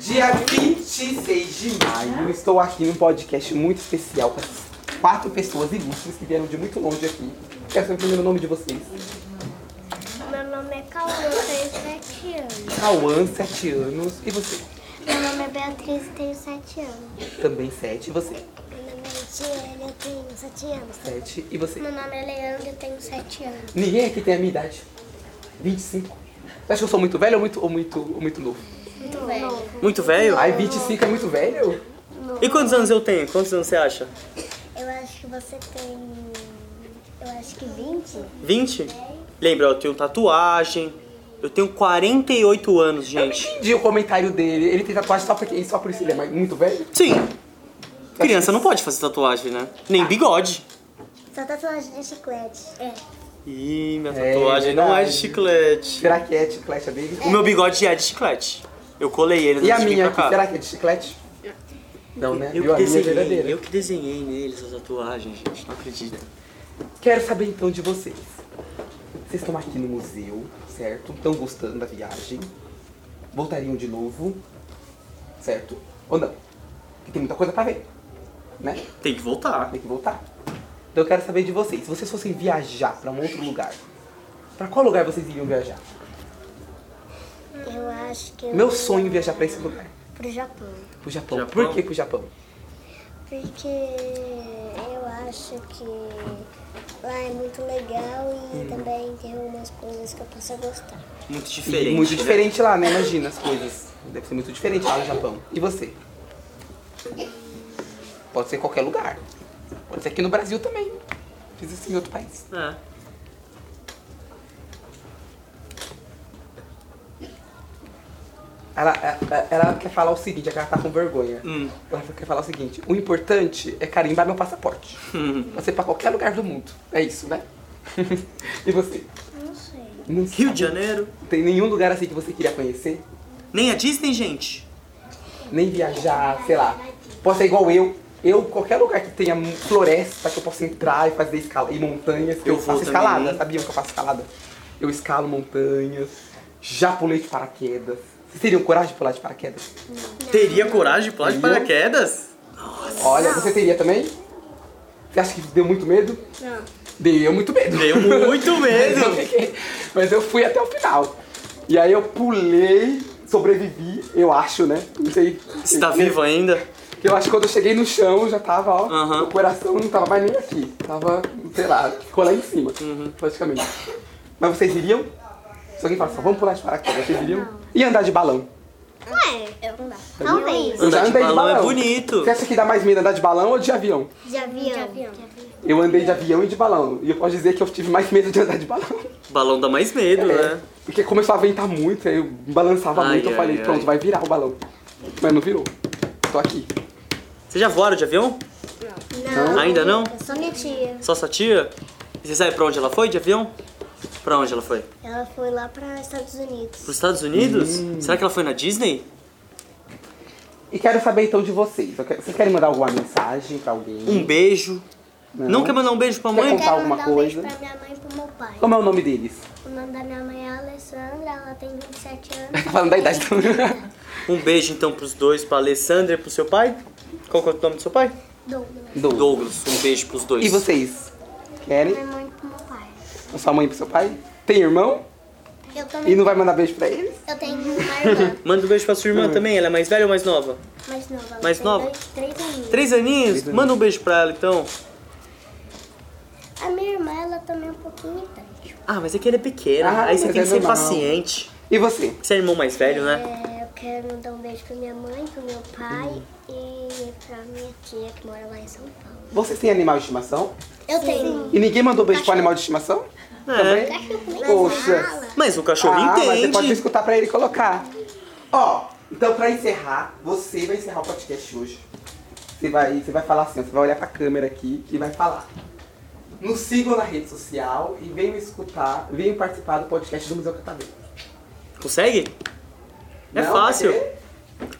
Dia 26 de maio, estou aqui num podcast muito especial com essas quatro pessoas ilustres que vieram de muito longe aqui. Quero saber primeiro o nome de vocês. Meu nome é Cauã, eu tenho 7 anos. Cauã, 7 anos. E você? Meu nome é Beatriz, eu tenho 7 anos. Também 7. E você? Meu nome é Diana, eu tenho 7 anos. 7. E você? Meu nome é Leandro, eu tenho 7 anos. Ninguém aqui tem a minha idade. 25. Você acha que eu sou muito velho ou muito, ou muito, ou muito novo? Muito velho. Muito velho? Ai, 25 é muito velho? E quantos anos eu tenho? Quantos anos você acha? Eu acho que você tem. Eu acho que 20? 20? Lembra, eu tenho tatuagem. Eu tenho 48 anos, gente. Entendi o comentário dele. Ele tem tatuagem só porque só por isso ele é mais- muito velho? Sim. Criança não pode fazer tatuagem, né? Nem bigode. Só tatuagem de chiclete. É. Ih, minha É tatuagem não é de verdade. chiclete. Será que é de chiclete a dele? O meu bigode já é de chiclete. Eu colei ele E a antes de vir minha pra aqui, cá. será que é de chiclete? Não, né? Viu? Eu que a minha é desenhei, verdadeira. eu que desenhei nele essa tatuagem, gente. Não acredito. Quero saber então de vocês. Vocês estão aqui no museu, certo? Estão gostando da viagem? Voltariam de novo? Certo? Ou não? Porque tem muita coisa pra ver, né? Tem que voltar. Tem que voltar. Então eu quero saber de vocês. Se vocês fossem viajar pra um outro lugar, pra qual lugar vocês iriam viajar? Eu acho que. eu Meu ia sonho é viajar pra esse lugar. Pro Japão. Pro Japão. Japão? Por que pro Japão? Porque eu acho que lá é muito legal e também tem algumas coisas que eu possa gostar. Muito E diferente. muito né? diferente lá, né? Imagina as coisas. Deve ser muito diferente lá no Japão. E você? Pode ser em qualquer lugar. Pode ser aqui no Brasil também. Fiz isso em outro país. É. Ela, ela- ela quer falar o seguinte, é que ela tá com vergonha. Hum. Ela quer falar o seguinte, o importante é carimbar meu passaporte. Pode ser pra qualquer lugar do mundo. É isso, né? e você? Não sei. Não Rio de sabe? Janeiro. Tem nenhum lugar assim que você queria conhecer? Nem a Disney, gente. nem viajar, sei lá. Posso ser igual eu. Eu, qualquer lugar que tenha floresta, que eu possa entrar e fazer escala, e montanhas, eu, Eu vou faço também. escalada. Sabiam que eu faço escalada? Eu escalo montanhas, já pulei de paraquedas. Vocês teriam coragem de pular de paraquedas? Teria coragem de pular de Eu? paraquedas? Olha, você teria também? Você acha que deu muito medo? Não. Deu muito medo. Deu muito Mas eu medo. fiquei- Mas eu fui até o final. E aí eu pulei, sobrevivi, eu acho, né? Não sei. Você tá vivo ainda? Que eu acho que quando eu cheguei no chão já tava, ó, Aham. o coração não tava mais nem aqui. Tava, sei lá, ficou lá em cima, Uhum. praticamente. Mas vocês iriam? Se alguém fala só, vamos pular de paraquedas, vocês iriam? E andar de balão? Ué, eu não dá. Talvez. Eu já Andar de andei de balão é balão. bonito. Você acha que dá mais medo andar de balão ou de avião? De avião. De avião. Eu andei de avião e de balão. E eu posso dizer que eu tive mais medo de andar de balão. Balão dá mais medo, É, né? porque começou a ventar muito, aí eu balançava Ai, muito, eu ai, falei, ai. pronto, vai virar o balão. Mas não virou. Tô aqui. Você já voaram de avião? Não. Ainda não? Só minha tia. Só sua tia? E você sabe pra onde ela foi de avião? Pra onde ela foi? Ela foi lá para Estados Unidos. Pros Estados Unidos? Hum. Será que ela foi na Disney? E quero saber então de vocês. Eu quero- Vocês querem mandar alguma mensagem pra alguém? Um beijo. Não, quer mandar um beijo pra Quer mãe? contar alguma mandar um beijo coisa? pra minha mãe e pro meu pai. Como é o nome deles? O nome da minha mãe é Alessandra, ela tem 27 anos. Tá falando da idade também. Um beijo então pros dois, pra Alessandra e pro seu pai. Qual que é o nome do seu pai? Douglas. Douglas. Douglas. Um beijo pros dois. E vocês? Minha Querem? mãe e pro meu pai. A sua mãe e pro seu pai? Tem irmão? Eu E também. não vai mandar beijo pra eles? Eu tenho uma irmã Manda um beijo pra sua Hum. irmã também. Ela é mais velha ou mais nova? mais nova. ela Mais tem nova? Dois, três aninhos. Três aninhos? Manda um beijo pra ela então. A minha irmã, ela também é um pouquinho irritante. Ah, mas é que ele é pequeno. Ah, Aí você mas tem é que ser normal. paciente. E você? Você é irmão mais velho, né? É, eu quero dar um beijo pra minha mãe, pro meu pai e pra minha tia que mora lá em São Paulo. Vocês têm animal de estimação? Eu tenho. E ninguém mandou beijo pro animal de estimação? Também? Poxa. Mas o cachorro ah, mas você entende. pode escutar pra ele colocar. Ó, então pra encerrar, você vai encerrar o podcast hoje. Você vai, você vai falar assim, ó, você vai olhar pra câmera aqui e vai falar. Nos sigam na rede social e venham escutar, venham participar do podcast do Museu Catavento. Consegue? É Não, é. fácil. vai ter?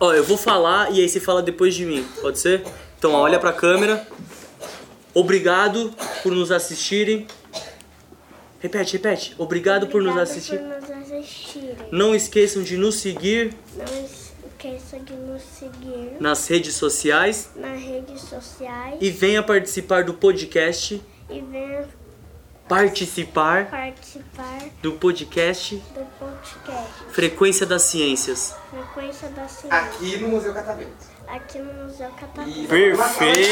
Ó, eu vou falar e aí você fala depois de mim. Pode ser? Então, ó, olha pra câmera. Obrigado por nos assistirem. Repete, repete. Obrigado por nos Obrigada assistir. Por nos assistirem. Não esqueçam de nos seguir Não esqueça de nos seguir nas redes sociais nas redes sociais e venha participar do podcast. e venha Participar participar do podcast do podcast Frequência das Ciências. Frequência da Ciência Aqui no Museu Catavento. aqui no Museu Capacete. Perfeito!